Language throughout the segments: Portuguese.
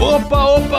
Opa, opa,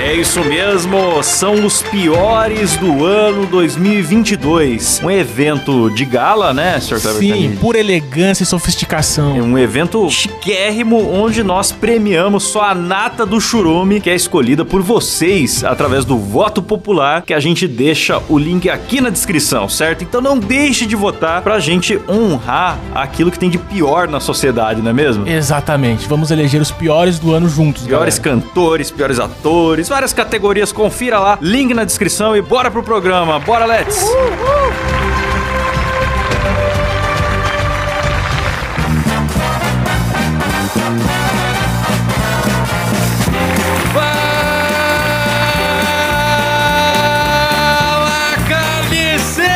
É isso mesmo, são os piores do ano 2022. Um evento de gala, né, Sr. Kleber Sim, Tanid? por elegância e sofisticação. É um evento chiquérrimo onde nós premiamos só a nata do churume, que é escolhida por vocês através do voto popular, que a gente deixa o link aqui na descrição, certo? Então não deixe de votar pra gente honrar aquilo que tem de pior na sociedade, não é mesmo? Exatamente. Vamos eleger os piores do ano juntos, Piores galera. cantores, piores atores, várias categorias, confira lá, link na descrição e bora pro programa, bora Let's! Fala, carniceiros!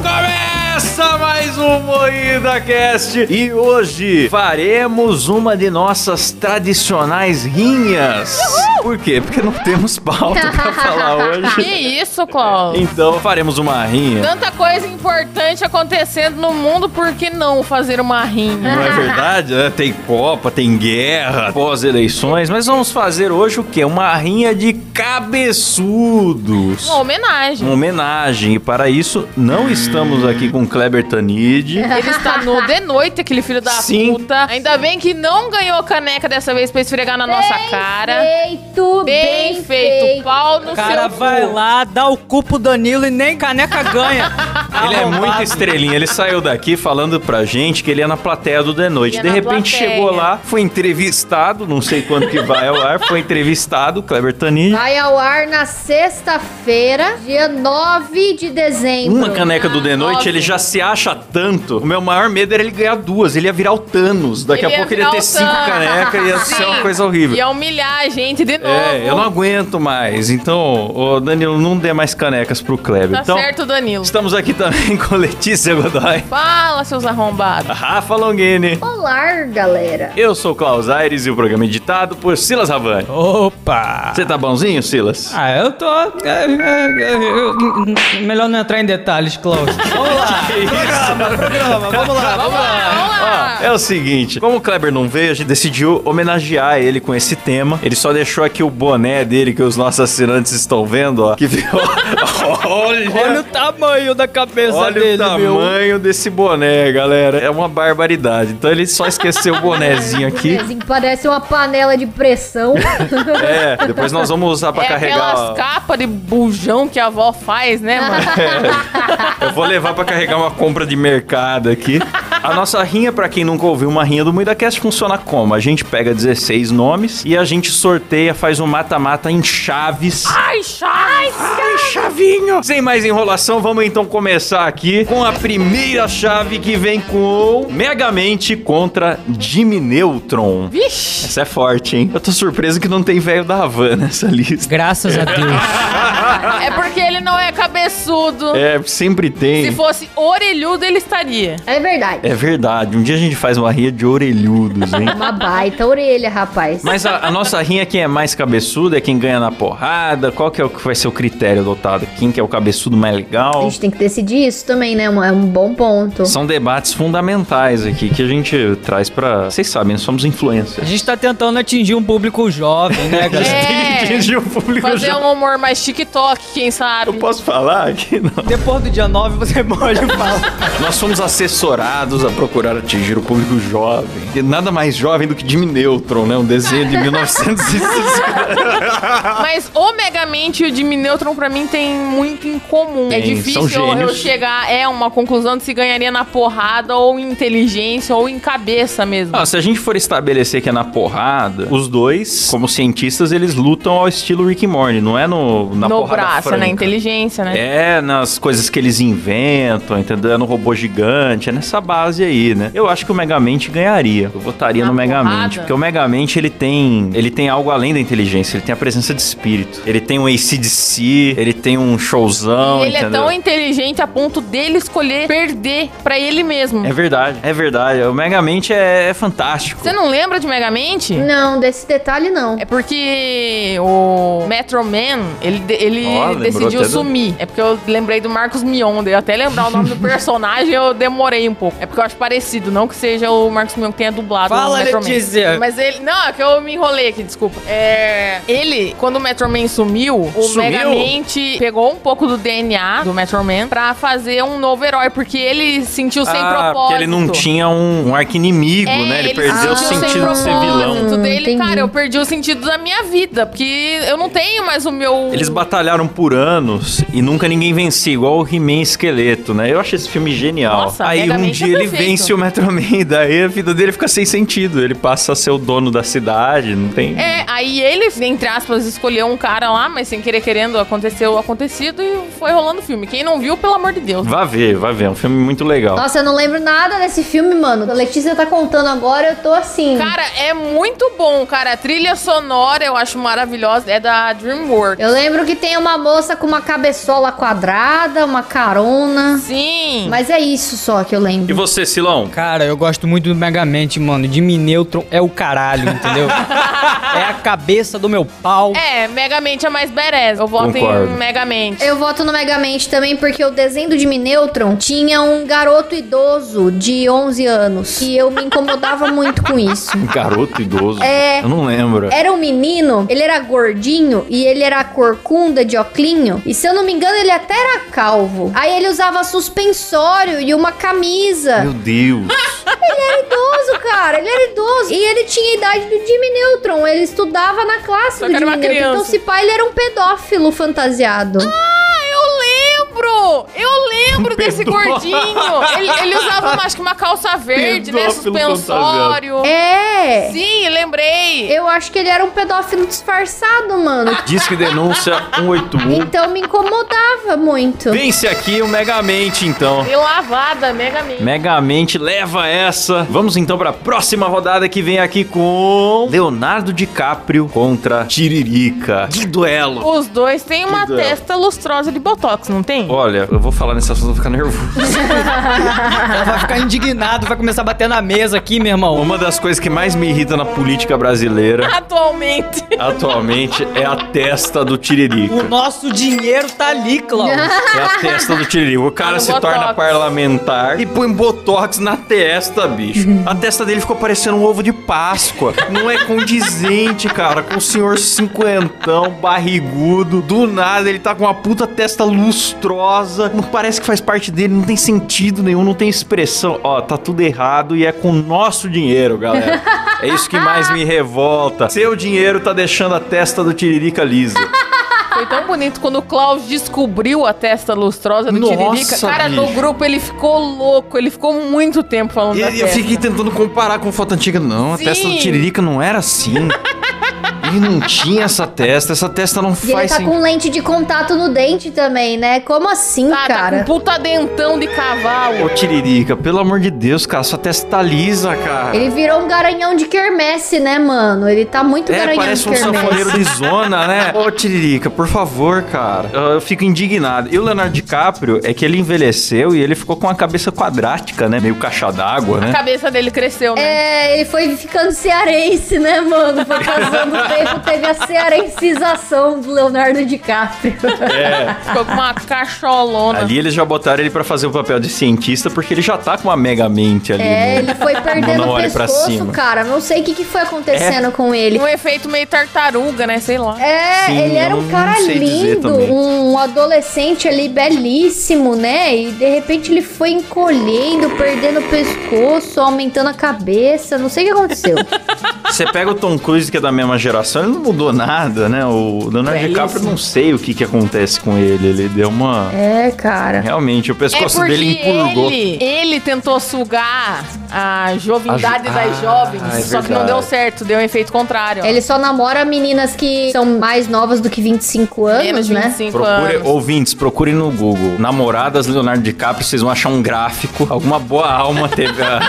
Começa mais um Moída Cast e hoje faremos uma de nossas tradicionais rinhas. Por quê? Porque não temos pauta pra falar Que hoje. isso, Col? Então faremos uma rinha. Tanta coisa importante acontecendo no mundo, por que não fazer uma rinha? Não é verdade, né? Tem Copa, tem guerra, pós-eleições, mas vamos fazer hoje o quê? Uma rinha de cabeçudos. Uma uma homenagem. homenagem. E para isso, não estamos aqui com Kleber Tanid. Ele está no de noite, aquele filho da Sim. puta. Ainda bem que não ganhou caneca dessa vez pra esfregar na nossa cara. Feito, Bem, feito. Pau no O cara seu vai cu. lá, dá o cu pro Danilo e nem caneca ganha. Ele é Arrombado. muito estrelinha. Ele saiu daqui falando pra gente que ele é na plateia do The Noite. Ia De é na repente plateia. chegou lá, foi entrevistado, não sei quando que vai ao ar, foi entrevistado, Kleber Tanid. Vai ao ar na sexta-feira, dia 9 de dezembro. Uma caneca do The Noite, Então, ah, óbvio. ele já se acha tanto. O meu maior medo era ele ganhar duas. Ele ia virar o Thanos. Daqui Ele a ia pouco ele ia virar ter o cinco Thanos. canecas e ia ser uma Sim. coisa horrível. Ia humilhar a gente de novo. É, eu não aguento mais. Então, ô Danilo, não dê mais canecas pro Kleber. Tá então, certo, Danilo. Estamos aqui também com Letícia Godoy, Fala, seus arrombados. Rafa Longini. Olá, galera. Eu sou o Klaus Aires e o programa é editado por Silas Ravani. Opa! Você tá bonzinho, Silas? Ah, eu tô. é, é, é, eu- Melhor não entrar em detalhes, Klaus. Vamos lá. Programa, programa, vamos lá, vamos lá. Vamos lá. Ó, é o seguinte, como o Kleber não veio, a gente decidiu homenagear ele com esse tema. Ele só deixou aqui o boné dele que os nossos assinantes estão vendo, ó. Que ficou. Olha! Olha o tamanho da cabeça Olha dele, o meu. tamanho desse boné, galera. É uma barbaridade. Então ele só esqueceu o bonezinho aqui. Assim, parece uma panela de pressão. É, depois nós vamos usar pra é carregar. aquelas capas de bujão que a avó faz, né, mano? Eu vou levar pra carregar uma compra de mercado aqui. A nossa rinha, pra quem nunca ouviu uma rinha do MuidaCast, funciona como? A gente pega 16 nomes e a gente sorteia, faz um mata-mata em chaves. Ai, chai! Ai, chavinho! Sem mais enrolação, vamos então começar aqui com a primeira chave que vem com Megamente contra Jimmy Neutron. Vixe! Essa é forte, hein? Eu tô surpreso que não tem velho da Havana nessa lista. Graças a Deus. É porque ele não é cabeçudo. É, sempre Se tem. fosse orelhudo, ele estaria. É verdade. É verdade. Um dia a gente faz uma rinha de orelhudos, hein? Uma baita orelha, rapaz. Mas a, a nossa rinha, quem é mais cabeçudo, é quem ganha na porrada. Qual que é o que vai ser o critério adotado? Quem que é o cabeçudo mais A legal? gente tem que decidir isso também, né? Um- É um bom ponto. São debates fundamentais aqui que a gente traz pra. Vocês sabem, nós somos A influencers. gente tá tentando atingir um público jovem, né? galera? É. Entendi o público Fazer já. um humor mais TikTok, quem sabe. Eu posso falar aqui? Não. Depois do dia 9 você pode falar. Nós fomos assessorados a procurar atingir o público jovem. E nada mais jovem do que Jimmy Neutron, né? Um desenho de 1960. Mas o Megamente e o Jimmy Neutron, pra mim, tem muito em comum. é Tem, difícil são eu- eu gênios. chegar é uma conclusão de se ganharia na porrada, ou em inteligência, ou em cabeça mesmo. Ah, se a gente for estabelecer que é na porrada, os dois, como cientistas, eles lutam ao estilo Rick and Morty, não é no, na no porrada braço, franca. na inteligência, né? É, nas coisas que eles inventam, entendeu? É no robô gigante, é nessa base aí, né? Eu acho que o Megamente ganharia. Eu votaria Na no Megamente, porrada? porque o Megamente, ele tem, ele tem algo além da inteligência, ele tem a presença de espírito. Ele tem um ACDC, ele tem um showzão, e ele é entendeu? tão inteligente a ponto dele escolher perder pra ele mesmo. É verdade, é verdade. O Megamente é, é fantástico. Você não lembra de Megamente? Não, desse detalhe não. É porque o Metro Man, ele, de- ele Ó, lembrou decidiu até do- sumir. É porque eu lembrei do Marcos Mion, daí eu até lembrar o nome do personagem eu demorei um pouco. É porque eu acho parecido, não que seja o Marcos Mion que tenha dublado Fala, o Metro Man. Letícia! Mas ele... Não, é que eu me enrolei aqui, desculpa. É... Ele, quando o Metro Man sumiu, o Sumiu? Megamente pegou um pouco do DNA do Metro Man pra fazer um novo herói, porque ele sentiu Tipo, sem ah, propósito. porque ele não tinha um, um arqui-inimigo, É, né? Ele, ele perdeu o sentiu sem sentido de ser vilão. propósito dele, Hum, Entendi. cara, eu perdi o sentido da minha vida, porque eu não tenho mais o meu. Eles batalharam por anos e nunca ninguém vencia, igual o He-Man Esqueleto, né? Eu acho esse filme genial. Nossa, Aí Mega um Man dia é ele perfeito. vence o Metro Man, daí a vida dele fica sem sentido. Ele passa a ser o dono da cidade, não tem. É, aí ele, entre aspas, escolheu um cara lá, mas sem querer querendo, aconteceu o acontecido e foi rolando o filme. Quem não viu, pelo amor de Deus. Vá ver, vá ver. É um filme muito legal. Nossa, eu não lembro nada desse filme, mano. A Letícia tá contando agora, eu tô assim. Cara, é muito bom, cara. A trilha sonora eu acho maravilhosa. É da DreamWorks. Eu lembro que tem uma moça com uma cabeçola quadrada, uma carona. Sim. Mas é isso só que eu E lembro. você, Silão? Cara, eu gosto muito do Megamente, mano. Jimmy Neutron é o caralho, entendeu? é a cabeça do meu pau. É, Megamente é mais badass. Eu voto Concordo. em Megamente. Eu voto no Megamente também porque o desenho do Jimmy Neutron tinha um garoto idoso de 11 anos. E eu me incomodava muito com isso. Um garoto idoso. É. Eu não lembro. Era um menino, ele era gordinho e ele era corcunda de oclinho. E se eu não me engano, ele até era calvo. Aí ele usava suspensório e uma É. camisa. Meu Deus. Ele era É idoso, cara. Ele era idoso. E ele tinha a idade do Jimmy Neutron. Ele estudava na classe Só do que era Jimmy uma Neutron. criança. Então, se pá, ele era um pedófilo fantasiado. Ah, Eu lembro! Eu lembro desse gordinho! Ele, ele usava uma, acho que uma calça verde, né? Pedófilo Suspensório. É. Sim, lembrei! Eu acho que ele era um pedófilo disfarçado, mano. Diz que denúncia 181. Então me incomodava muito. Vence aqui o Megamente, então. E lavada, mega mim. Megamente leva essa. Vamos então pra próxima rodada que vem aqui com Leonardo DiCaprio contra Tiririca. Que duelo! Os dois têm uma doeu. testa lustrosa de botox, não tem? Olha, eu vou falar nesse assunto, eu vou ficar nervoso. Ela vai ficar indignado, vai começar a bater na mesa aqui, meu irmão. Uma das coisas que mais me irrita na política brasileira Atualmente. atualmente é a testa do O Tiririca. nosso dinheiro tá ali, Klaus. É a testa do Tiririca. O cara Ah, no se torna botox. parlamentar e põe botox na testa, bicho. A testa dele ficou parecendo um ovo de Páscoa. Não é condizente, cara, com o senhor cinquentão, barrigudo. Do nada ele tá com uma puta testa lustrosa. Não parece que faz parte dele, não tem sentido nenhum, não tem expressão. Ó, tá tudo errado e é com o nosso dinheiro, galera. É isso que mais me revolta. Seu dinheiro tá deixando a testa do Tiririca lisa. Foi tão bonito quando o Klaus descobriu a testa lustrosa do Nossa, Tiririca. Cara, no bicho. grupo ele ficou louco, ele ficou muito tempo falando E da eu testa. fiquei tentando comparar com foto antiga. Não, a Sim. testa do Tiririca não era assim. Ele não tinha essa testa, essa testa não E ele faz tá sentido. com lente de contato no dente também, né? Como assim, Ah, tá com cara? puta dentão de cavalo. Ô, Tiririca, pelo amor de Deus, cara, sua testa tá lisa, cara. Ele virou um garanhão de quermesse, né, mano? Ele tá muito É, garanhão de parece um sanfoneiro quermesse. de zona, né? Ô, Tiririca, por favor, cara. Eu, eu fico indignado. E o Leonardo DiCaprio é que ele envelheceu e ele ficou com a cabeça quadrática, né? Meio caixa d'água, A né? cabeça dele cresceu, né? É, ele foi ficando cearense, né, mano? Foi passando o tempo, teve a cearencização do Leonardo DiCaprio. Ficou com uma cacholona. É. Ali eles já botaram ele pra fazer o papel de cientista porque ele já tá com uma mega mente ali. É, né? ele foi perdendo Não o olhe pra pescoço, cima. É. cara. Não sei o que, que foi acontecendo com ele. Um efeito meio tartaruga, né? Sei lá. É, Sim, ele era eu um não cara sei dizer lindo, também. um adolescente ali belíssimo, né? E de repente ele foi encolhendo, perdendo o pescoço, aumentando a cabeça, não sei o que aconteceu. Você pega o Tom Cruise, que é da mesma geração, ele não mudou nada, né? O Leonardo Belíssimo. DiCaprio, não sei o que que acontece com ele. Ele deu uma... é, cara. Realmente, o pescoço dele empurgou. É ele, ele tentou sugar a jovidade A jo- das Ah, jovens, é só que não verdade. deu certo, deu um efeito contrário. ó. Ele só namora meninas que são mais novas do que 25 anos, Menos de né? 25 Procure, anos. ouvintes, procurem no Google. Namoradas Leonardo DiCaprio, vocês vão achar um gráfico. Alguma boa alma teve a,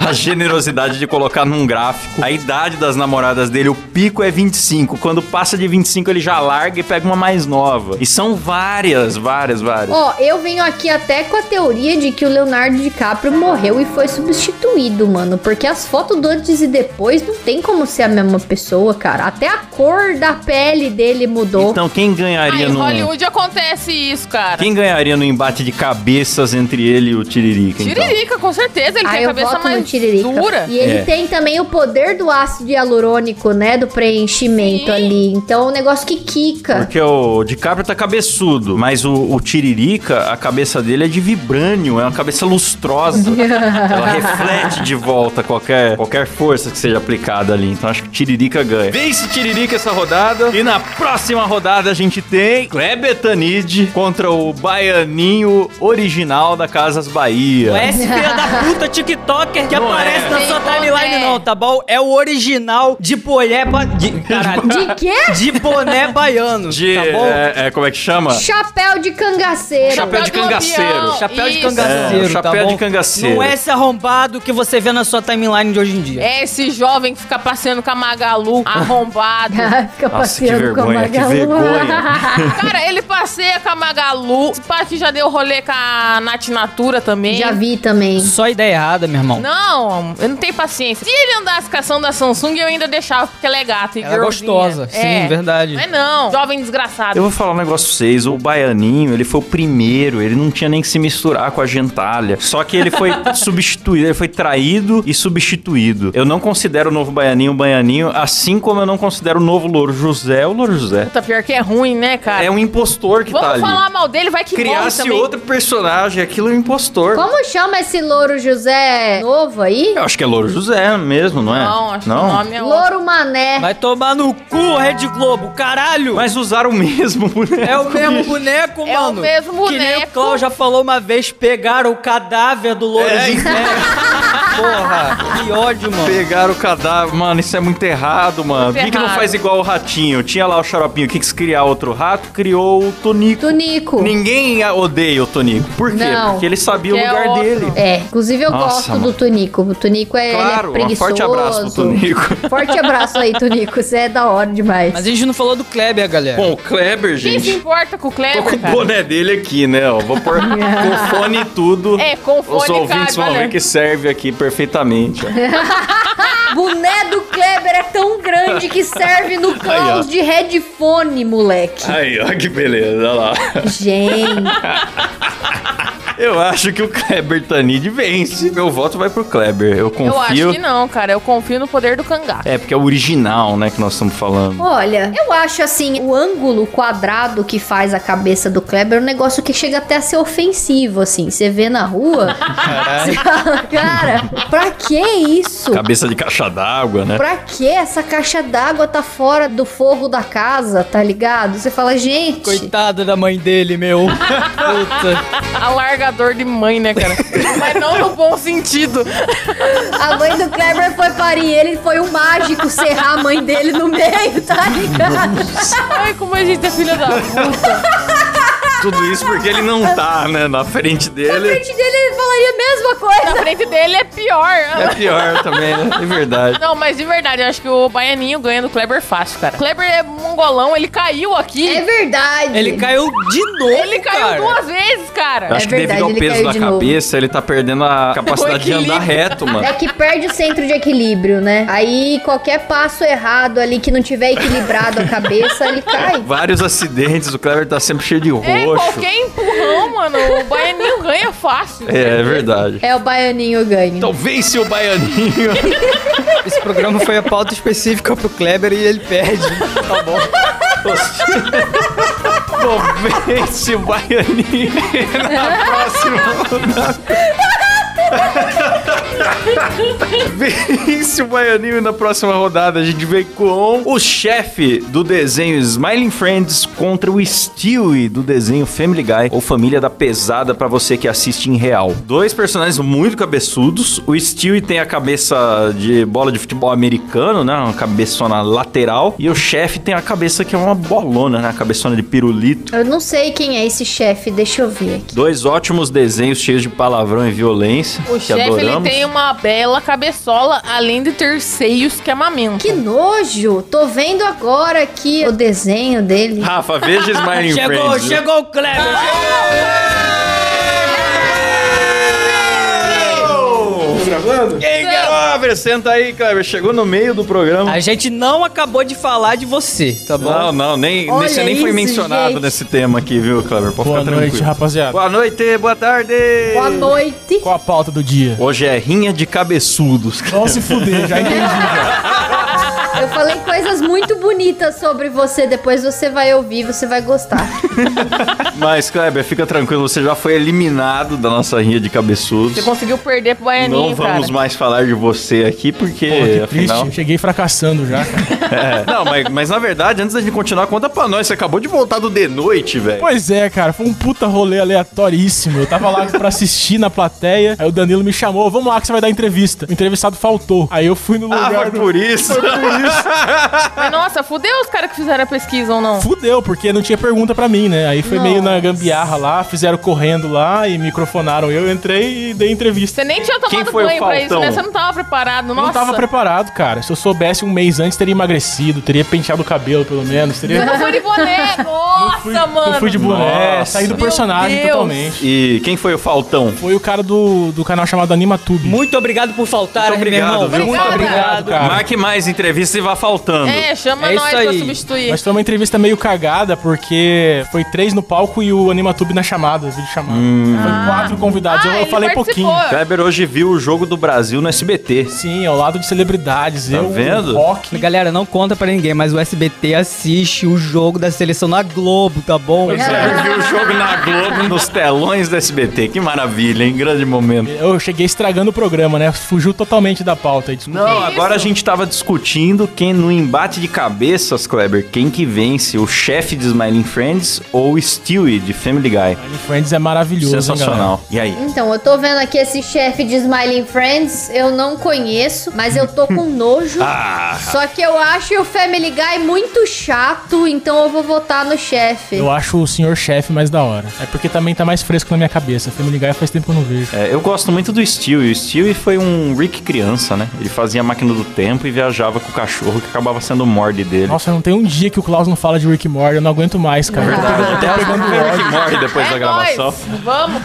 a generosidade de colocar num gráfico. A idade das namoradas dele, o pico é 25. Quando passa de 25, ele já larga e pega uma mais nova. E são várias, várias, várias. Ó, eu venho aqui até com a teoria de que o Leonardo DiCaprio morreu e foi substituído, mano. Porque as fotos do antes e depois não tem como ser a mesma pessoa, cara. Até a cor da pele dele mudou. Então, quem Ah, ganharia em no. Hollywood acontece isso, cara. Quem ganharia no embate de cabeças entre ele e o Tiririca, então? Tiririca, com certeza, ele Aí tem a Ah, eu cabeça voto no mais Tiririca. dura. E ele É. tem também o poder do ácido hialurônico, né? Do preenchimento Sim. ali. Então é um negócio que quica. Porque o DiCaprio tá cabeçudo, mas o, o Tiririca, a cabeça dele é de vibrânio, é uma cabeça lustrosa. Ela reflete de volta qualquer, qualquer força que seja aplicada ali. Então acho que o Tiririca ganha. Vence Tiririca essa rodada. E na próxima rodada a gente tem Kleber Tanid contra o baianinho original da Casas Bahia. Não é esse filho da puta TikToker que Não aparece é. na sua Sim, timeline, é. não, tá bom? É o original de boné. Ba... De, caralho. De quê? De boné baiano, De, tá bom? é, é, como é que chama? Chapéu de cangaceiro. Chapéu de cangaceiro. Chapéu de isso. cangaceiro, É, tá chapéu bom? de cangaceiro. Não é esse arrombado que você vê na sua timeline de hoje em dia. É esse jovem que fica passeando com a Magalu, arrombado. Fica Nossa, que passeando com a vergonha, que Magalu. vergonha. Cara, ele passeia com a Magalu. Esse pai que já deu rolê com a Nath Natura também. Já vi também. Só ideia errada, meu irmão. Não, eu não tenho paciência. Se ele andasse caçando da Samsung, eu ainda deixava, porque ela é gata e Ela é girlzinha. gostosa, sim, É. verdade. Mas não, jovem desgraçado. Eu vou falar um negócio pra vocês. O Baianinho, ele foi o primeiro. Ele não tinha nem que se misturar com a gentalha. Só que ele foi substituído. Ele foi traído e substituído. Eu não considero o novo Baianinho o Baianinho, assim como eu não considero o novo Louro José o Louro José. Puta, pior que é ruim, né, cara? É um impostor que Vamos tá ali. falar mal dele, vai que morre Criasse também. outro personagem, aquilo é um impostor. Como chama esse louro José novo aí? Eu acho que é Louro José mesmo, não é? Não, acho que o nome é outro. Louro Mané. Vai tomar no cu, Rede Globo, caralho! Mas usaram o mesmo né? boneco. É o mesmo boneco, É o mano. mesmo Que nem o boneco. Cláudio já falou uma vez, pegaram o cadáver do Louro É, José. Porra, que ódio, mano. Pegaram o cadáver. Mano, isso é muito errado, mano. Por Muito que, que não errado. faz igual o ratinho? Tinha lá o xaropinho. Quis criar outro rato, criou o Tonico. Tunico. Ninguém a- odeia o Tonico. Por quê? Não. Porque ele sabia Porque o é lugar outro. dele. É, inclusive eu Nossa, gosto mano. do Tunico. O Tunico é, Claro, ele é um preguiçoso. forte abraço pro Tunico. Forte abraço aí, Tunico. Você é da hora demais. Mas a gente não falou do Kleber, galera. Bom, o Kleber, Quem se gente. importa com o Tô com Kleber, o cara? boné dele aqui, né? Ó, vou pôr com fone e tudo. É, com Os fone ouvintes cabe, vão olha. ver que serve aqui perfeitamente. ó. O boné do Kleber é tão grande que serve no ó. caos de headphone, moleque. Aí, ó, que beleza, olha lá. Gente, Eu acho que o Kleber Tanid vence. Meu voto vai pro Kleber. Eu confio. Eu acho que não, cara. Eu confio no poder do Kangá. É, porque é o original, né, que nós estamos falando. olha, eu acho assim, o ângulo quadrado que faz a cabeça do Kleber é um negócio que chega até a ser ofensivo, assim. Você vê na rua, É. você fala, cara, pra que isso? Cabeça de caixa d'água, né? Pra que essa caixa d'água tá fora do fogo da casa, tá ligado? Você fala, gente. Coitado da mãe dele, meu. Puta. Alargador de mãe, né, cara? Mas não no bom sentido. A mãe do Kleber foi parir ele, e foi um mágico serrar a mãe dele no meio, tá ligado? Ai, como a gente é filha da puta. Tudo isso porque ele não tá, né? Na frente Na dele frente dele ele falaria a mesma Na coisa. frente dele é pior. é pior também, né? É verdade. Não, mas de verdade, eu acho que o Baianinho ganha do Kleber fácil, cara. O Kleber é mongolão, ele caiu aqui. É verdade. Ele caiu de novo, ele caiu cara. duas vezes, cara. Eu acho que É verdade, devido ao ele peso caiu da de novo. cabeça, ele tá perdendo a capacidade de andar reto, mano. É que perde o centro de equilíbrio, né? Aí qualquer passo errado ali que não tiver equilibrado a cabeça, ele cai. Vários acidentes, o Kleber tá sempre cheio de É, roxo. qualquer empurrão, mano, o Baianinho ganha fácil. É, é verdade. É o baianinho ganho. Talvez se o baianinho. Esse programa foi a pauta específica pro Kleber e ele perde. Tá bom. Talvez se o baianinho. Na próxima rodada. Vence o Baianinho na próxima rodada. A gente vem com o chefe do desenho Smiling Friends contra o Stewie do desenho Family Guy ou Família da Pesada pra você que assiste em real. Dois personagens muito cabeçudos. O Stewie tem a cabeça de bola de futebol americano, né? Uma cabeçona lateral. E o chefe tem a cabeça que é uma bolona, né? Uma cabeçona de pirulito. Eu não sei quem é esse chefe, deixa eu ver aqui. Dois ótimos desenhos cheios de palavrão e violência. O É que chefe, ele adoramos. tem um uma bela cabeçola, além de ter seios que é amamentam. Que nojo! Tô vendo agora aqui o desenho dele. Rafa, veja Smiling Ah, Chegou, Friends. né? chegou o Kleber. Ei, Kleber, senta aí, Kleber. Chegou no meio do Ah! programa. A gente não acabou de falar de você, tá bom? Não, não, nem, Olha você nem foi isso, mencionado gente. nesse tema aqui, viu, Kleber? Pode Boa ficar noite, tranquilo. rapaziada. Boa noite, boa tarde. Boa noite. Qual a pauta do dia? Hoje é rinha de cabeçudos. Vamos se fuder, já entendi. Já. Eu falei coisas muito bonitas sobre você, depois você vai ouvir, você vai gostar. Mas, Kleber, fica tranquilo, você já foi eliminado da nossa rinha de Você cabeçudos. conseguiu perder pro Baianinho, Não vamos cara. mais falar de você aqui, porque, Pô, que triste. afinal... eu Cheguei fracassando já. cara. É. Não, mas, mas na verdade, antes da gente continuar, conta pra nós. Você acabou de voltar do de noite, velho. Pois é, cara, foi um puta rolê aleatoríssimo. Eu tava lá pra assistir na plateia, aí o Danilo me chamou, vamos lá que você vai dar entrevista. O entrevistado faltou. Aí eu fui no Ah, lugar foi do... por isso. Mas, nossa, fudeu os caras que fizeram a pesquisa ou não? Fudeu, porque não tinha pergunta pra mim, né? Aí foi meio na Nossa. gambiarra lá, fizeram correndo lá e microfonaram. Eu entrei e dei entrevista. Você nem tinha Quem tomado foi o banho pra isso, Faustão? né? Você não tava preparado, nossa. Não tava preparado, cara. Se eu soubesse um mês antes, teria emagrecido, teria penteado o cabelo, pelo menos. Teria... Você não foi de boné, nossa, Fui- Eu mano. fui de boné, Nossa. saí do Meu personagem Deus. totalmente. E quem foi o Faltão? Foi o cara do, do canal chamado AnimaTube. Muito obrigado por faltar, Muito meu irmão. obrigado, viu? Muito obrigado, cara. Marque mais entrevistas e vá faltando. É, chama É nós isso pra aí. substituir. Mas foi uma entrevista meio cagada, porque foi três no palco e o AnimaTube na chamada, vídeo chamada. Hum. Foi quatro convidados, Ah, eu, eu ele falei participou. pouquinho. Kleber hoje viu o jogo do Brasil no SBT. Sim, ao lado de celebridades. eu, Tá vendo? o Rock. Galera, não conta pra ninguém, mas o SBT assiste o jogo da seleção na Globo, tá bom? é. Kleber viu o jogo na Globo, nos telões do SBT. Que maravilha, hein? Grande momento. Eu cheguei estragando o programa, né? Fugiu totalmente da pauta. aí, desculpa. Não, Que agora a isso? gente tava discutindo quem no embate de cabeças, Kleber, quem que vence, o chefe de Smiling Friends ou o Stewie de Family Guy. Smiley Friends é maravilhoso, hein, galera? Sensacional. E aí? Então, eu tô vendo aqui esse chefe de Smiling Friends, eu não conheço, mas eu tô com nojo. Ah, Só que eu acho o Family Guy muito chato, então eu vou votar no chefe. Eu acho o senhor chefe mais da hora. É porque também tá mais fresco na minha cabeça. Family Guy faz tempo que eu não vejo. É, eu gosto muito do Stewie. O Stewie foi um Rick criança, né? Ele fazia a máquina do tempo e viajava com o cachorro que acabava sendo o morde dele. Nossa, não tem um dia que o Klaus não fala de Rick and Morty, eu não aguento mais, cara. Eu tô pegando Rick morre depois É da gravação. nóis. Vamos,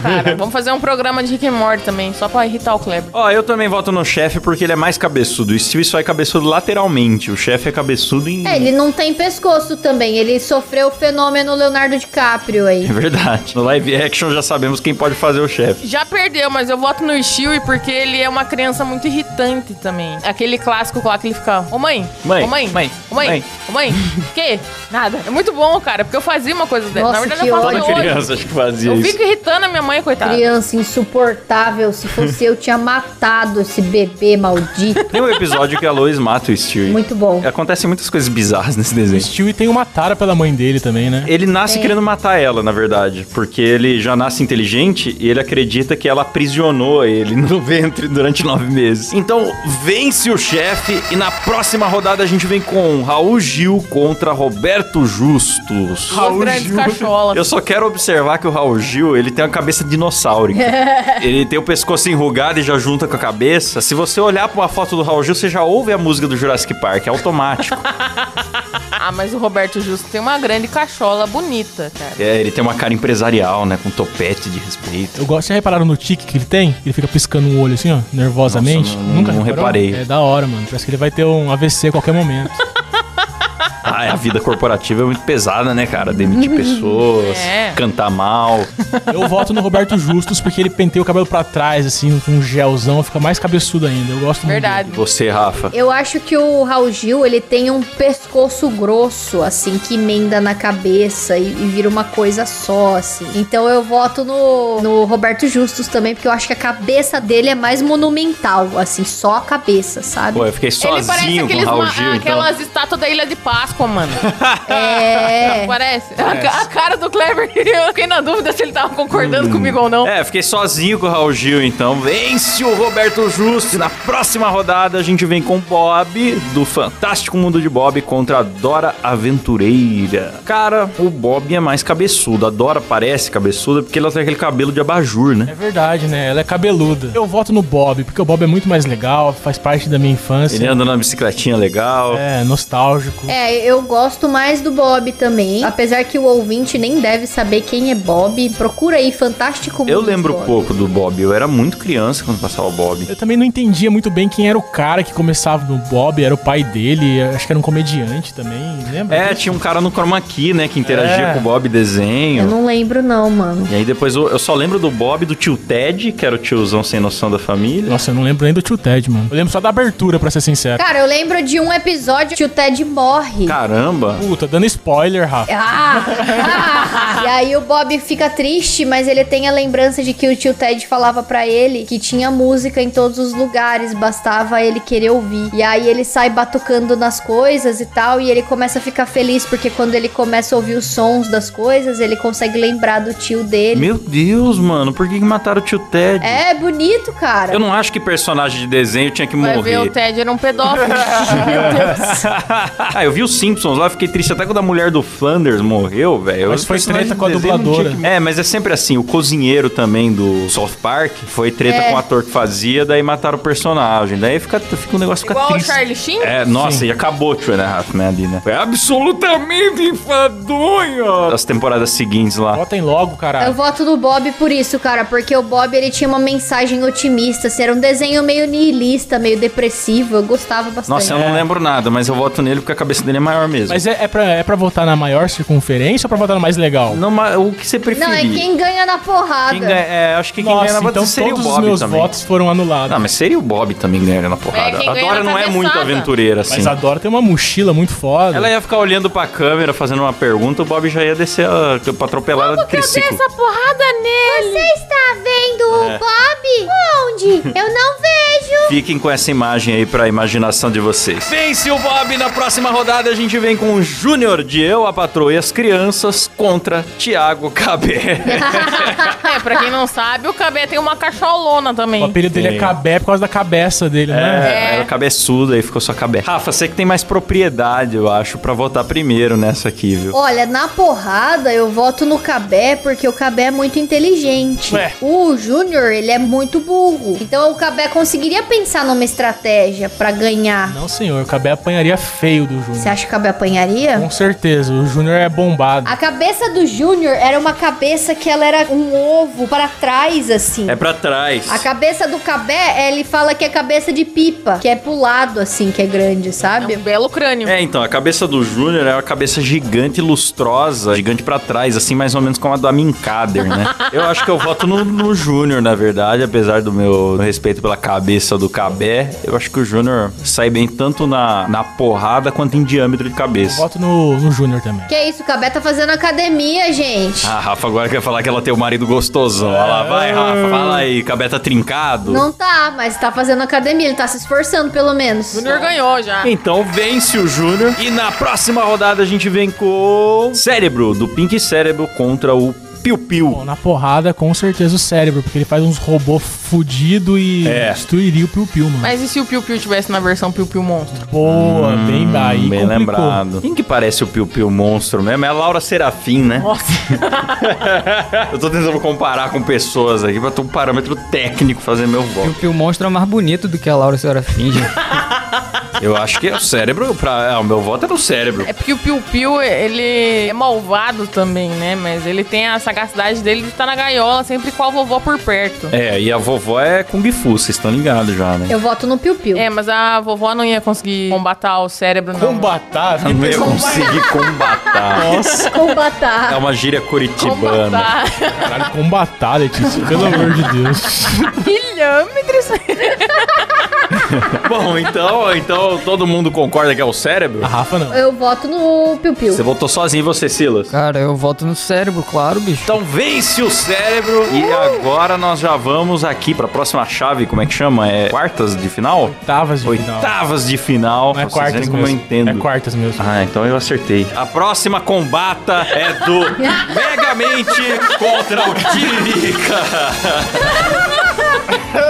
cara. Vamos fazer um programa de Rick and Morty também, só pra irritar o Kleber. Ó, eu também voto no chefe porque ele é mais cabeçudo. O Stewie só é cabeçudo lateralmente. O chefe é cabeçudo em. É, ele não tem pescoço também, ele sofreu o fenômeno Leonardo DiCaprio aí. É verdade. No live action já sabemos quem pode fazer o chefe. Já perdeu, mas eu voto no Stewie porque ele é uma criança muito irritante também. Aquele clássico lá que ele fica, ô mãe, Mãe. mãe? Ô, mãe? Mãe. Ô, mãe? Mãe. Ô, mãe? Que? Nada. É muito bom, cara, porque eu fazia uma coisa dessa. Nossa, Na verdade, que eu Toda fazia hoje. criança acho que fazia Eu isso. fico irritando a minha mãe, coitada. Criança insuportável, se fosse eu tinha matado esse bebê maldito. Tem um episódio que a Lois mata o Stewie. Muito bom. Acontecem muitas coisas bizarras nesse O desenho. Stewie tem uma tara pela mãe dele também, né? Ele nasce É. Tem. querendo matar ela, na verdade. Porque ele já nasce inteligente e ele acredita que ela aprisionou ele no ventre durante nove meses. Então, vence o chefe e na próxima rodada a gente vem com Raul Gil contra Roberto Justus. Duas grandes cacholas. Eu só quero observar que o Raul Gil, ele tem uma cabeça de dinossauro. ele tem o pescoço enrugado e já junta com a cabeça. Se você olhar pra uma foto do Raul Gil, você já ouve a música do Jurassic Park, é automático. Ah, mas o Roberto Justo tem uma grande cachola bonita, cara. é, ele tem uma cara empresarial, né, com topete de respeito. Eu gosto, já repararam no tique que ele tem? Ele fica piscando um olho assim, ó, nervosamente. Nossa, não- Nunca não reparou? reparei. É da hora, mano. Parece que ele vai ter um AVC a qualquer momento. Ah, a vida corporativa é muito pesada, né, cara? Demitir pessoas, É. cantar mal. Eu voto no Roberto Justus porque ele penteia o cabelo pra trás, assim, com um gelzão, fica mais cabeçudo ainda. Eu gosto muito. Verdade. Você, Rafa. Eu acho que o Raul Gil, ele tem um pescoço grosso, assim, que emenda na cabeça e, e vira uma coisa só, assim. Então eu voto no, no Roberto Justus também, porque eu acho que a cabeça dele é mais monumental, assim, só a cabeça, sabe? Pô, eu fiquei sozinho com o Raul ma- ah, Gil, então. aquelas estátuas da Ilha de Páscoa, mano. É. Parece. A, ca- a cara do Kleber, eu fiquei na dúvida se ele tava concordando comigo ou não. É, fiquei sozinho com o Raul Gil, então. Vence o Roberto Justo. E na próxima rodada a gente vem com Bob, do Fantástico Mundo de Bob, contra a Dora Aventureira. Cara, o Bob é mais cabeçudo. A Dora parece cabeçuda porque ela tem aquele cabelo de abajur, né? É verdade, né? Ela é cabeluda. Eu voto no Bob, porque o Bob é muito mais legal, faz parte da minha infância. Ele anda na bicicletinha legal. É, nostálgico. É, eu gosto mais do Bob também. Apesar que o ouvinte nem deve saber quem é Bob. Procura aí, Fantástico Eu Mundo de lembro Bob. pouco do Bob. Eu era muito criança quando passava o Bob. Eu também não entendia muito bem quem era o cara que começava no Bob, era o pai dele, acho que era um comediante também, lembra? É, tinha um cara no chroma key, né, que interagia É. com o Bob Eu desenho. não lembro não, mano. E aí depois eu, eu só lembro do Bob, do tio Ted, que era o tiozão sem noção da família. Nossa, eu não lembro nem do tio Ted, mano. Eu lembro só da abertura, pra ser sincero. Cara, eu lembro de um episódio que o Ted morre. Caramba! Puta, dando spoiler, Rafa. Ah! Ah! e aí o Bob fica triste, mas ele tem a lembrança de que o tio Ted falava pra ele que tinha música em todos os lugares, bastava ele querer ouvir. E aí ele sai batucando nas coisas e tal, e ele começa a ficar feliz porque quando ele começa a ouvir os sons das coisas, ele consegue lembrar do tio dele. Meu Deus, mano, por que que mataram o tio Ted? É bonito, cara. Eu não acho que personagem de desenho tinha que Vai ver, morrer. o Ted era um pedófilo. ah, eu vi os Simpsons lá, fiquei triste até quando a mulher do Flanders morreu, velho. Mas Os foi personagens treta com a de desenho não dubladora. tinha que- É, mas é sempre assim. O cozinheiro também do South Park foi treta É. com o ator que fazia, daí mataram o personagem. Daí fica, fica um negócio fica Igual o triste. Charlie Sheen. É, nossa, e acabou Two and a Half Men ali, né? Foi absolutamente enfadonho. As temporadas seguintes lá. Votem logo, Eu caralho. voto no Bob por isso, cara, porque o Bob ele tinha uma mensagem otimista, assim, era um desenho meio niilista, meio depressivo, eu gostava bastante. Nossa, eu não lembro nada, mas eu voto nele porque a cabeça dele é maior mesmo. Mas é, é, pra, é pra votar na maior circunferência ou pra votar na mais legal? Não, mas o que você preferir? Não, é quem ganha na porrada. Quem ganha- é, acho que quem ganha na Nossa, batida então seria todos o os Bob meus também. Ah, votos foram anulados. Não, mas seria o Bob também ganhando na É, porrada. quem a ganha Dora na não é muito cabeçada. aventureira, assim. Mas a Dora tem uma mochila muito foda. Ela ia ficar olhando pra câmera, fazendo uma pergunta, o Bob já ia descer a, pra atropelar ela de Eu dei triciclo. essa porrada nele. Você está vendo o É. Bob? Onde? Eu não vejo. Fiquem com essa imagem aí pra imaginação de vocês. Vence o Bob! Na próxima rodada a gente vem com o Júnior de Eu, a Patroa e as Crianças contra Tiago Cabé. É, pra quem não sabe, o Cabé tem uma cacholona O também. apelido dele Sim. é Cabé por causa da cabeça dele, né? É, era cabeçudo, aí ficou só cabé. Rafa, você que tem mais propriedade, eu acho, pra votar primeiro nessa aqui, viu? Olha, na porrada eu voto no Cabé porque o Cabé é muito inteligente. Ué. O Júnior, ele é muito burro. Então o Cabé conseguiria pensar numa estratégia pra ganhar. Não, senhor, o Cabé apanharia feio do Você Júnior. acha que o Cabé apanharia? Com certeza, o Júnior é bombado. é A cabeça do Júnior era uma cabeça que ela era um ovo pra trás, assim. É pra trás. A cabeça do Cabé, ele fala que é cabeça de pipa, que é pro lado, assim, que é grande, É sabe? um belo crânio. É, então, a cabeça do Júnior é uma cabeça gigante, lustrosa, gigante pra trás, assim, mais ou menos como a do Aminkader, né? Eu acho que eu voto no, no Júnior, na verdade, apesar do meu respeito pela cabeça cabeça do Cabé, eu acho que o Júnior sai bem tanto na, na porrada quanto em diâmetro de cabeça. Voto no, no Júnior também. Que isso, o Cabé tá fazendo academia, gente. A Ah, Rafa agora quer falar que ela tem o marido gostosão. Olha lá, vai, Rafa, fala aí, Cabé tá trincado. Não tá, mas tá fazendo academia, ele tá se esforçando pelo menos. O Junior ganhou já. Então vence o Júnior. E na próxima rodada a gente vem com. Cérebro, do Pink Cérebro contra o Piu Bom, Piu. na porrada, com certeza o cérebro, porque ele faz uns robô fudido e É. destruiria o Piu Piu, mano. Mas e se o Piu Piu tivesse na versão Piu Piu Monstro? Boa, bem Tá aí. Hum, Bem complicou. lembrado. Quem que parece o Piu Piu monstro mesmo? É a Laura Serafim, né? Nossa. Eu tô tentando comparar com pessoas aqui pra ter um parâmetro técnico fazer meu voto. Piu Piu Monstro é mais bonito do que a Laura Senhora Finge. Eu acho que é o cérebro. Pra... Ah, o meu voto é no cérebro. É porque o Piu Piu, ele é malvado também, né? Mas ele tem a sagacidade dele de estar na gaiola sempre com a vovó por perto. É, e a vovó é Kung Fu, vocês estão ligados já, né? Eu voto no Piu Piu. É, mas a vovó não ia conseguir combatar o cérebro, não. Combatar, Eu não ia Vitor? conseguir combatar. Nossa, É Combatar. uma gíria curitibana. Combatar. caralho, combatar, Letícia, pelo amor de Deus. Milhâmetros. Bom, então, então todo mundo concorda que é o cérebro? A Rafa não. Eu voto no Piu Piu. Você votou sozinho, você, Silas? Cara, eu voto no cérebro, claro, bicho. Uh! Então vence o cérebro e agora nós já vamos aqui pra próxima chave, como é que chama? É quartas de final? Oitavas de final. Oitavas de final. Não Pra é vocês quartas verem como eu mesmo. entendo. É quartas mesmo. Ah, então eu acertei. A próxima combata é do Megamente contra o Tiririca.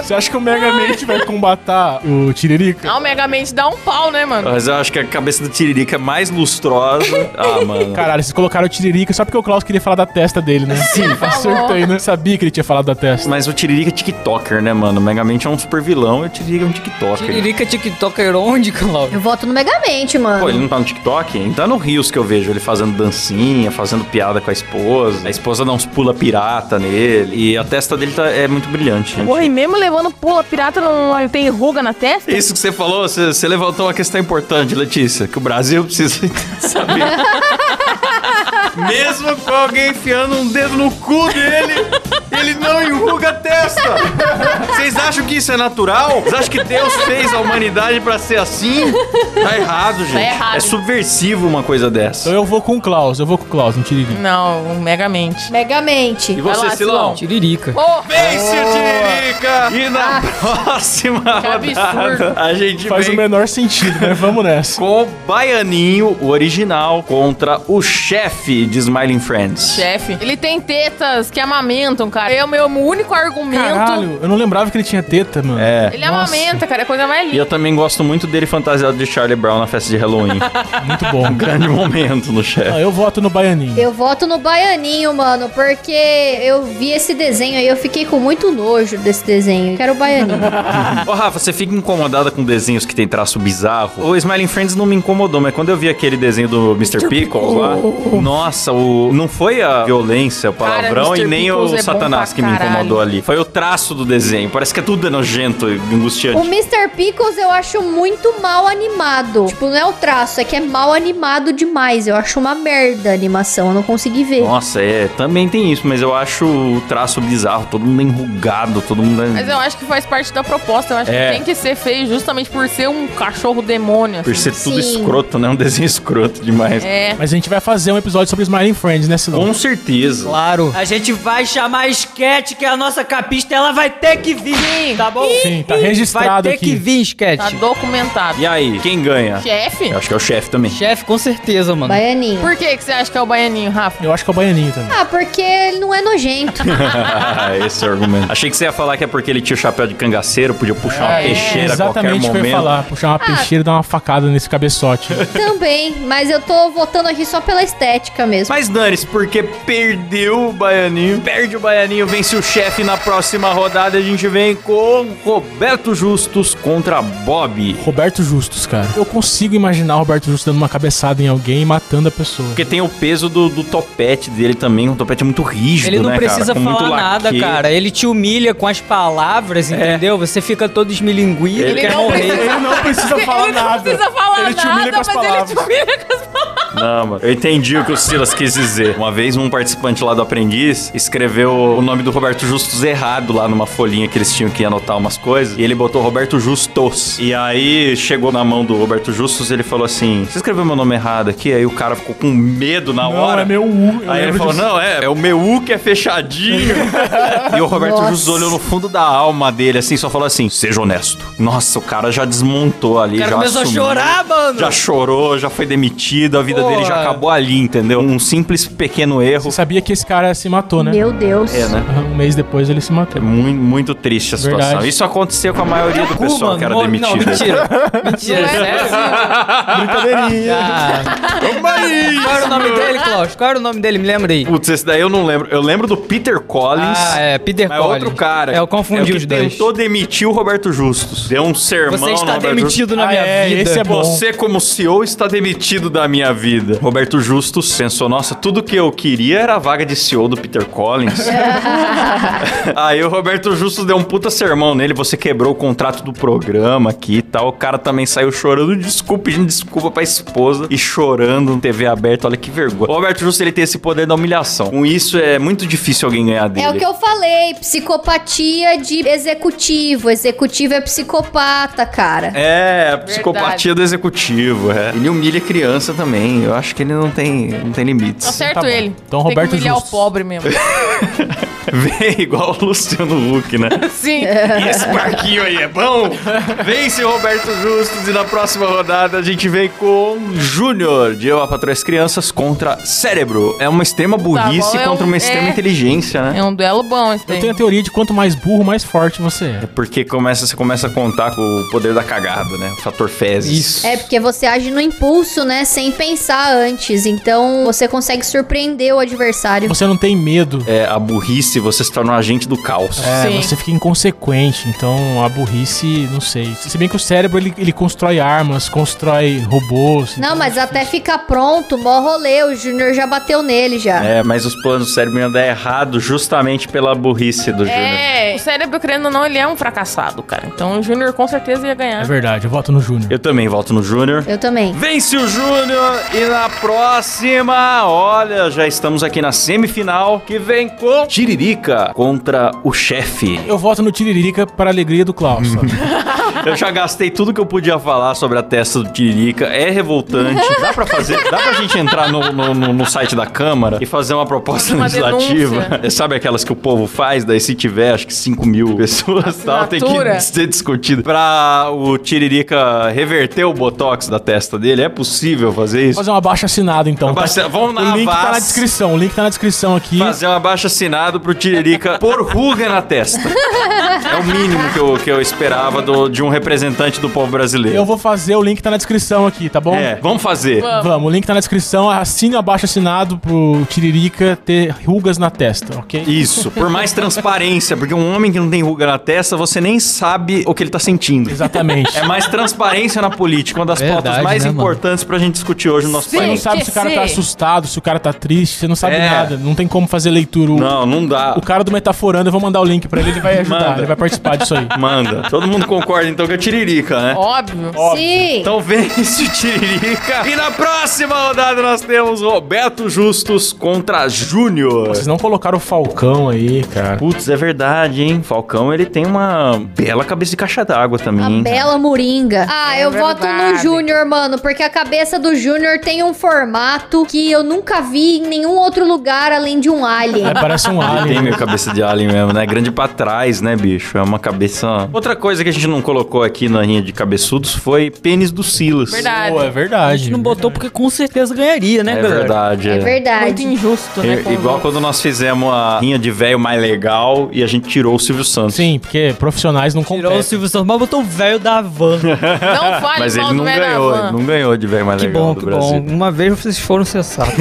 Você acha que o Mega Mente vai combatar o Tiririca? Ah, o Megamente dá um pau, né, mano? Mas eu acho que a cabeça do Tiririca é mais lustrosa. Ah, mano. Caralho, vocês colocaram o Tiririca só porque o Klaus queria falar da testa dele, né? Sim, acertou aí, né? Sabia que ele tinha falado da testa. Mas o Tiririca é tiktoker, né, mano? O Megamente é um super vilão e o Tiririca é um tiktoker. Tiririca é TikToker onde, Cláudio? Eu voto no Megamente, mano. Pô, ele não tá no TikTok? Ele tá no Rios que eu vejo ele fazendo dancinha, fazendo piada com a esposa. A esposa dá uns pula pirata nele. E a testa dele tá, é muito brilhante. gente. Porra, e mesmo levando pula pirata, não tem ruga na testa? É Isso que você falou, você, você levantou uma questão importante, Letícia, que o Brasil precisa saber. Mesmo com alguém enfiando um dedo no cu dele, ele não enruga a testa. Vocês acham que isso é natural? Vocês acham que Deus fez a humanidade pra ser assim? Tá errado, gente. errado. É subversivo uma coisa Então dessa. eu vou com o Klaus, eu vou com o Klaus, no Tiririca. Não, o Megamente. E Megamente. você, lá, Silão? Silão. Tiririca. Ô, Vence o Tiririca! E na próxima Ah, que rodada, absurdo. a gente Faz o vem menor sentido, né? Vamos nessa. com o Baianinho, o original, contra o chefe de Smiling Friends. chefe. Ele tem tetas que amamentam, cara. É o meu único argumento. Caralho, eu não lembrava que ele tinha teta, mano. É. Ele Nossa. amamenta, cara. É a coisa mais E linda. eu também gosto muito dele fantasiado de Charlie Brown na festa de Halloween. Um Muito bom. Grande momento no Não, chefe. eu voto no Baianinho. Eu voto no Baianinho, mano, porque eu vi esse desenho aí, eu fiquei com muito nojo desse desenho. Quero o Baianinho. Ô, Rafa, você fica incomodada com desenhos que tem traço bizarro? O Smiling Friends não me incomodou, mas quando eu vi aquele desenho do Mr. Pickles lá, nossa, o... não foi a violência, o Cara, palavrão Mr. e nem Pickles o é bom satanás pra que me caralho. incomodou ali. Foi o traço do desenho. Parece que é tudo nojento e angustiante. o Mr. Pickles eu acho muito mal animado. Tipo, não é o traço, é que é mal animado demais. Eu acho uma merda a animação, eu não consegui ver. Nossa, é, também tem isso, mas eu acho o traço bizarro, todo mundo é enrugado, todo mundo. Mas eu acho que faz parte da proposta. Eu acho É. que tem que ser feio justamente por ser um cachorro demônio. assim. Por ser tudo Sim. escroto, né? Um desenho escroto demais. É. Mas a gente vai fazer um episódio sobre Smiling Friends, né, Silão? Com certeza. Claro. A gente vai chamar a Sketch, que é a nossa capista, ela vai ter que vir, tá bom? Sim, tá Vai registrado ter que aqui. Tá vir, Sketch. documentado. E aí, quem ganha? Chefe? Eu acho que é o chefe também. Chefe, com certeza, mano. Baianinho. Por que, que você acha que é o baianinho, Rafa? Eu acho que é o Baianinho também. Ah, porque ele não é nojento. Esse é o argumento. Achei que você ia falar que é porque ele tinha o chapéu de cangaceiro, podia puxar uma peixeira a qualquer É Exatamente o que eu momento. ia falar. Puxar uma peixeira e dar uma facada nesse cabeçote. Também, mas eu tô votando aqui só pela estética mesmo. Mas dane-se, porque perdeu o Baianinho. Perde o Baianinho, vence o chefe na próxima rodada. A gente vem com Roberto Justus contra Bob. Roberto Justus, cara. Eu consigo imaginar o Roberto Justus dando uma cabeçada em alguém e matando a pessoa. Porque tem o peso do, do topete dele também. O topete é muito rígido, Ele não né, cara? precisa Com muito falar nada, laque. cara. Ele te humilha com as palavras, É. entendeu? Você fica todo esmilinguido, Ele quer não morrer. não precisa ele não precisa falar Ele te nada, humilha com as mas ele te palavras. humilha com as palavras. Não, mano. Eu entendi o que o Silas quis dizer. Uma vez, um participante lá do Aprendiz escreveu o nome do Roberto Justus errado lá numa folhinha que eles tinham que anotar umas coisas. E ele botou Roberto Justus. E aí, chegou na mão do Roberto Justus ele falou assim, você escreveu meu nome errado aqui? Aí o cara ficou com medo na Não, hora. é meu U. Eu Aí ele lembro falou, disso. não, é, é o meu U que é fechadinho. e o Roberto Nossa. Justus olhou no fundo da alma dele, assim, só falou assim, seja honesto. Nossa, o cara já desmontou ali. O cara já começou a assumiu. chorar, mano. Já chorou, já foi demitido, a vida dele já Porra. acabou ali, entendeu? Um simples pequeno erro. Você sabia que esse cara se matou, né? Meu Deus. É, né? Aham, Um mês depois ele se matou. É Muito, muito triste a situação. Verdade. Isso acontecia com a maioria do Cu, pessoal que era Mo- é Não, demitido. mentira. Não mentira. é possível. Brincadeirinha. Ah, Toma aí! qual era o nome dele, Klaus? Qual era o nome dele? Me lembra aí. Putz, esse daí eu não lembro. Eu lembro do Peter Collins. Ah, é, Peter Mas é Collins. outro cara. É, eu É o confundi que os dois. tentou demitir o Roberto Justus. Deu um sermão Você no está Roberto demitido na Ah, minha é, vida. esse é bom. Você, como CEO, está demitido da minha vida. Roberto Justus pensou: nossa, tudo que eu queria era a vaga de CEO do Peter Collins. Aí o Roberto Justus deu um puta sermão nele: você quebrou o contrato do programa aqui e tal. O cara também saiu chorando, desculpa, pedindo desculpa pra esposa e chorando um no TV aberta. Olha que vergonha. O Roberto Justus ele tem esse poder da humilhação. Com isso, é muito difícil alguém ganhar dele. É o que eu falei, psicopatia de executivo. Executivo é psicopata, cara. É, a psicopatia do executivo, é. Ele humilha criança também. Eu acho que ele não tem, não tem limites. Tá certo bom. ele. Então, Tem Roberto que humilhar Justus. o pobre mesmo. Vem igual o Luciano Huck, né? Sim. E esse parquinho aí é bom? Vem, seu Roberto Justus, e na próxima rodada a gente vem com Júnior de Eu, a Patroa e as Crianças contra Cérebro. É uma extrema burrice bom, é um- contra uma extrema é. inteligência, né? É um duelo bom esse Eu daí. tenho a teoria de quanto mais burro, mais forte você é. Porque começa, você começa a contar com o poder da cagada, né? O fator fezes. Isso. É porque você age no impulso, né? Sem pensar antes. Então você consegue surpreender o adversário. Você não tem medo. É, a burrice, você se torna um agente do caos. É, Sim. você fica inconsequente, então a burrice, não sei. Se bem que o cérebro, ele, ele constrói armas, constrói robôs. Não, mas até ficar pronto, mó rolê. O Júnior já bateu nele já. É, mas os planos do cérebro iam dar errado justamente pela burrice do Júnior. É, o cérebro, querendo ou não, ele é um fracassado, cara. Então o Júnior com certeza ia É ganhar. verdade, eu voto no Júnior. Eu também volto no Júnior. Eu também. Vence o Júnior e na próxima, olha, já estamos aqui na semifinal que vem com Tiririca contra o chefe. Eu voto no Tiririca para a alegria do Klaus. sabe? Eu já gastei tudo que eu podia falar sobre a testa do Tiririca, é revoltante. Dá pra fazer, dá pra gente entrar no, no- no- no site da Câmara e fazer uma proposta Uma legislativa. denúncia. Sabe aquelas que o povo faz? Daí se tiver, acho que 5 mil pessoas e tal, tem que Assinatura. ser discutido. Pra o Tiririca reverter o Botox da testa dele, é possível fazer isso? Fazer um abaixo assinado, então. tá? Abaixa- vamos na O link tá na Avaz. descrição, o link tá na descrição aqui. Fazer um abaixo assinado pro Tiririca por ruga na testa. É o mínimo que eu, que eu esperava do- de um representante do povo brasileiro. Eu vou fazer, o link tá na descrição aqui, tá bom? É, vamos fazer. Vamos, o link tá na descrição, assine o abaixo assinado pro Tiririca ter rugas na testa, ok? Isso, por mais transparência, porque um homem que não tem ruga na testa, você nem sabe o que ele tá sentindo. Exatamente. É mais transparência na política, uma das Verdade, pautas mais né, mano? importantes pra gente discutir hoje no nosso Sim. Você não país. sabe se o cara Sim. tá assustado, se o cara tá triste, você não sabe É. nada, não tem como fazer leitura. O- Não, não dá. O cara do Metaforando, eu vou mandar o link pra ele, ele vai ajudar, Manda. ele vai participar disso aí. Manda. Todo mundo concorda então que é Tiririca, né? Óbvio. Sim. Então vence o Tiririca. E na próxima rodada nós temos Roberto Justus contra Júnior. Vocês não colocaram o Falcão aí, cara. Putz, é verdade, hein? Falcão, ele tem uma bela cabeça de caixa d'água também. A hein? bela Moringa. Ah, É eu voto no verdade. Júnior, mano, porque a cabeça do Júnior tem um formato que eu nunca vi em nenhum outro lugar além de um alien. É, parece um Ele tem alien. meio cabeça de alien mesmo, né? Grande pra trás, né, bicho? É uma cabeça... Outra coisa que a gente não colocou aqui na linha de cabeçudos foi pênis do Silas. Verdade. né, Pô, é A verdade. gente não botou porque com certeza ganharia, né, né? É galera? verdade, é. É Muito verdade. injusto, né? É, com os igual outros. quando nós fizemos a linha de velho mais legal e a gente tirou o Silvio Santos. Sim, porque profissionais não Tirou o competem. Silvio Santos, mas botou o velho da van. Não fale Mas mal ele não do Mega ganhou, Van. ele não ganhou de velho mais que legal bom, do que Brasil. bom. Uma vez vocês foram sensatos.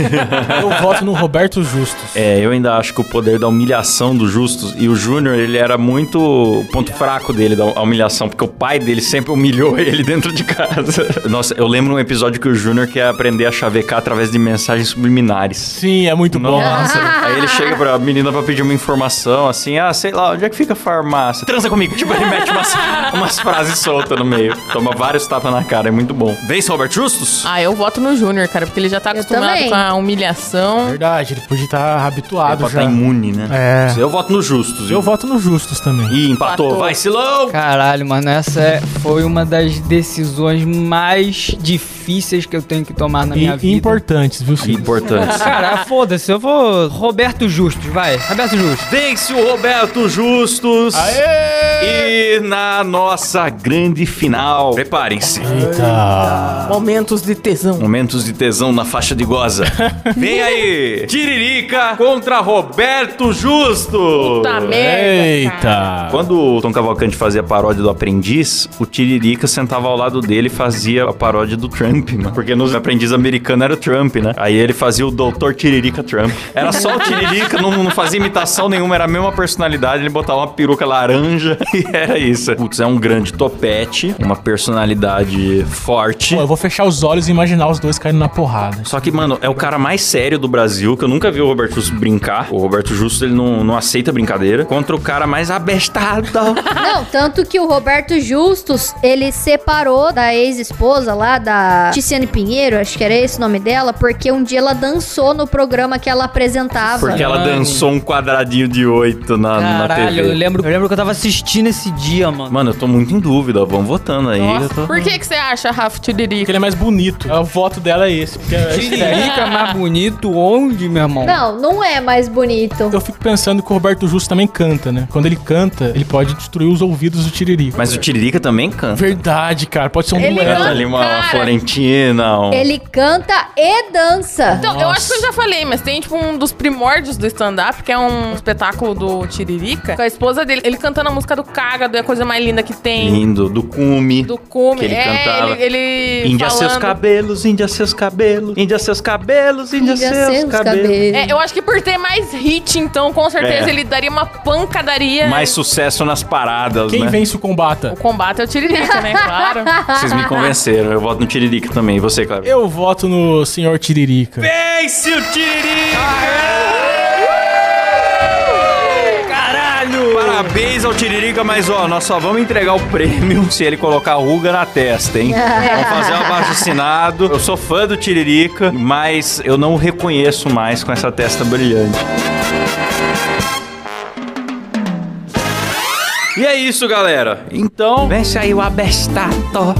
Eu voto no Roberto Justus. É, eu ainda acho que o poder da humilhação do Justus e o Júnior, ele era muito o ponto fraco dele, da a humilhação, porque o pai dele sempre humilhou ele dentro de casa. Nossa, eu lembro um episódio que o Júnior quer aprender a chavecar através de mensagens subliminares. Sim, é muito bom. Nossa, aí ele chega pra menina pra pedir uma informação, assim, ah, sei lá, onde é que fica a farmácia? Transa comigo. Tipo, ele mete umas, umas frases soltas no meio. Toma vários tapas na cara, é muito bom. Vence Robert Justus? Ah, eu voto no Júnior, cara, porque ele já tá acostumado também. com a humilhação. É Verdade, ele podia estar habituado Ele já. tá imune, né? É. Eu voto no Justus. Eu voto no Justus também. Ih, empatou. Empatou. Vai, Silão! Caralho, mano, essa é- foi uma das decisões mais difíceis que eu tenho que tomar na E minha vida. né? importantes, viu, Silvio? Importante. Cara, foda-se, eu vou. Roberto Justus, vai. Roberto Justus. Vence o Roberto Justus. E na nossa grande final, preparem-se. Momentos de tesão. Momentos de tesão na faixa de goza. Vem aí, Tiririca contra Roberto Justo. Puta merda. Eita! Quando o Tom Cavalcante fazia a paródia do Aprendiz, o Tiririca sentava ao lado dele e fazia a paródia do Trump, mano. Porque no Aprendiz americano era o Trump, né? Aí ele fazia o Doutor Tiririca Trump. Era só o Tiririca, não, não fazia imitação nenhuma, era a mesma personalidade, ele botava uma peruca laranja e era isso. Putz, é um grande topete, uma personalidade forte. Pô, eu vou fechar os olhos e imaginar os dois caindo na porrada. Só que, mano, é o cara mais sério do Brasil, que eu nunca vi o Roberto Justo brincar. O Roberto Justo, ele não, não aceita brincadeira. Contra o cara mais abestado. Não, tanto que o Roberto Justus, ele separou da ex-esposa lá, da Tiziane Pinheiro, acho que era esse o nome dela, porque um dia ela dançou no programa que ela apresentava. Porque ela Caralho. dançou um quadradinho de oito na, Ah, na Caralho, eu TV. lembro, eu lembro que eu tava assistindo esse dia, mano. Mano, eu tô muito em dúvida. Vamos votando aí. eu Nossa, tô- por que, que você acha, Rafa Porque Tiririca? ele é mais bonito. O voto dela é esse. Porque é estéril. Tiririca mais bonito onde, meu irmão? Não, não é mais bonito. eu fico pensando que o Roberto Justo também canta, né? Quando ele canta, ele pode destruir os ouvidos do Tiririca. Mas o Tiririca também canta. Verdade, cara. Pode ser um Ele duelo. Canta canta, né? ali uma cara. Florentina. um- Ele canta e dança. Então, eu acho que eu já falei, mas tem tipo um dos primórdios do stand-up, que é um espetáculo do Tiririca, com a esposa dele, ele cantando a música do Cágado, é a coisa mais linda que tem, Lindo. Do cume. do Cume. Que ele é, cantava. ele, ele Índia seus falando- cabelos, índia seus cabelos, índia seus cabelos, índia, Índia seus, seus cabelos. É, eu acho que por ter mais hit, então, com certeza É. ele daria uma pancadaria. Mais sucesso nas paradas, Quem né? vence o combata? O combate é o Tiririca, né? Claro. Vocês me convenceram. Eu voto no Tiririca também. E você, Cleber? Eu voto no senhor Tiririca. Vence o Tiririca! Caralho! Parabéns ao Tiririca, mas ó, nós só vamos entregar o prêmio se ele colocar ruga na testa, hein? vamos fazer um abaixo assinado. Eu sou fã do Tiririca, mas eu não o reconheço mais com essa testa brilhante. E é isso, galera. Então, vence aí o abestato.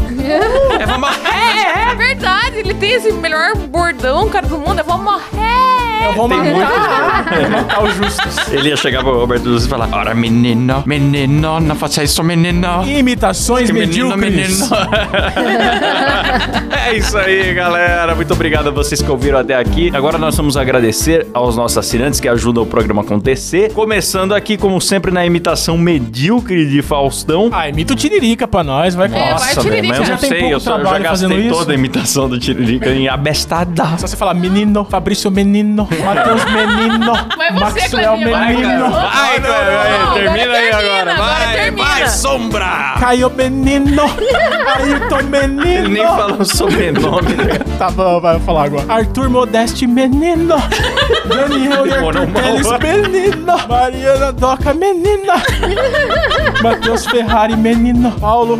é, vamos... é, é verdade, ele tem esse melhor bordão, cara, do mundo. Eu vou morrer. Eu vou Tem muito. matar o Justus. Ele ia chegar pro Roberto Luz e falar: Ora, menino, menino, não faça isso, menino. Imitações Menino, medíocres. menino. é isso aí, galera. Muito obrigado a vocês que ouviram até aqui. Agora nós vamos agradecer aos nossos assinantes que ajudam o programa a acontecer. Começando aqui, como sempre, na imitação medíocre de Faustão. Ah, imita o Tiririca pra nós, vai É, Nossa. vai- velho, Tiririca. mas eu Já não tem sei, pouco eu, só, eu já trabalho fazendo gastei isso. toda a imitação do Tiririca em abestada. Só você falar menino, Fabrício menino, Matheus menino, Mas você, Maxwell Clevinha, vai, menino, cara. Vai, Cleber, não, não, agora termina, agora termina. sombra! Caio menino, Ayrton menino. Ele nem fala o sobrenome. né? Tá bom, vai falar agora. Arthur Modeste menino, Daniel e Demorou Arthur uma Teles hora. menino, Mariana Doca menina, Matheus Ferrari menino, Paulo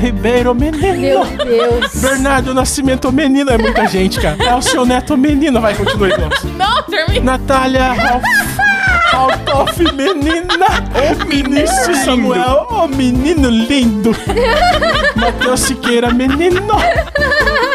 Ribeiro menino. Meu Deus. Bernardo Nascimento Menino, é muita gente, cara. É o seu neto menino, vai, continua então. Não, termina. Natália Ralph. Altoff, menina! Ô Vinícius lindo. Samuel, ô menino lindo! Matheus Siqueira, menino!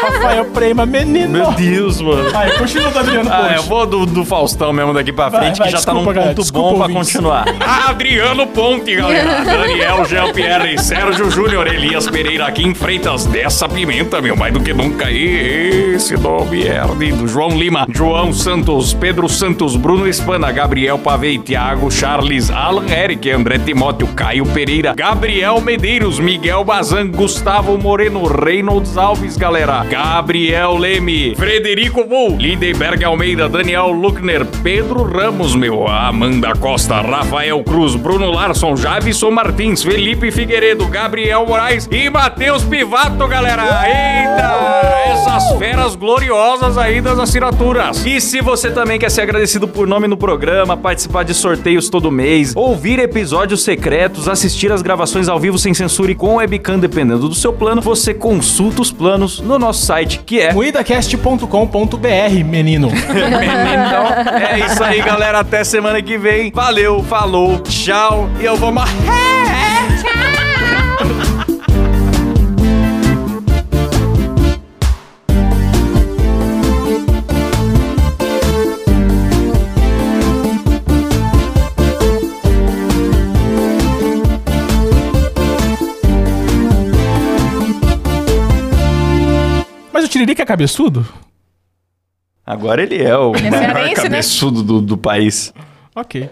Rafael Prema, menino! Meu Deus, mano. Vai, continua o Adriano Ah, Ponte. eu vou do, do Faustão mesmo daqui pra Vai, frente, vai, que já tá desculpa, num galera, ponto desculpa, bom pra ouvintes. continuar. Adriano Ponte, galera. Daniel, Jean-Pierre, Sérgio Júnior, Elias Pereira, aqui em Freitas, dessa pimenta, meu, mais do que nunca. E esse nome é ardido. João Lima, João Santos, Pedro Santos, Bruno Espana, Gabriel Pavei, Thiago, Charles, Alan, Eric, André Timóteo, Caio Pereira, Gabriel Medeiros, Miguel Bazan, Gustavo Moreno, Reynolds Alves, galera. Gabriel Leme, Frederico Bull, Lindenberg Almeida, Daniel Luckner, Pedro Ramos, meu, Amanda Costa, Rafael Cruz, Bruno Larson, Javison Martins, Felipe Figueiredo, Gabriel Moraes e Matheus Pivato, galera. Eita! Essas feras gloriosas aí das assinaturas. E se você também quer ser agradecido por nome no programa, participar de sorteios todo mês, ouvir episódios secretos, assistir as gravações ao vivo sem censura e com webcam, dependendo do seu plano, você consulta os planos no nosso site, que é Moidacast.com.br, menino. Então, é isso aí, galera. Até semana que vem. Valeu, falou, tchau. E eu vou morrer. Mas o Tiririca é cabeçudo? Agora ele é o é maior cearense, né? cabeçudo do, do país. Ok.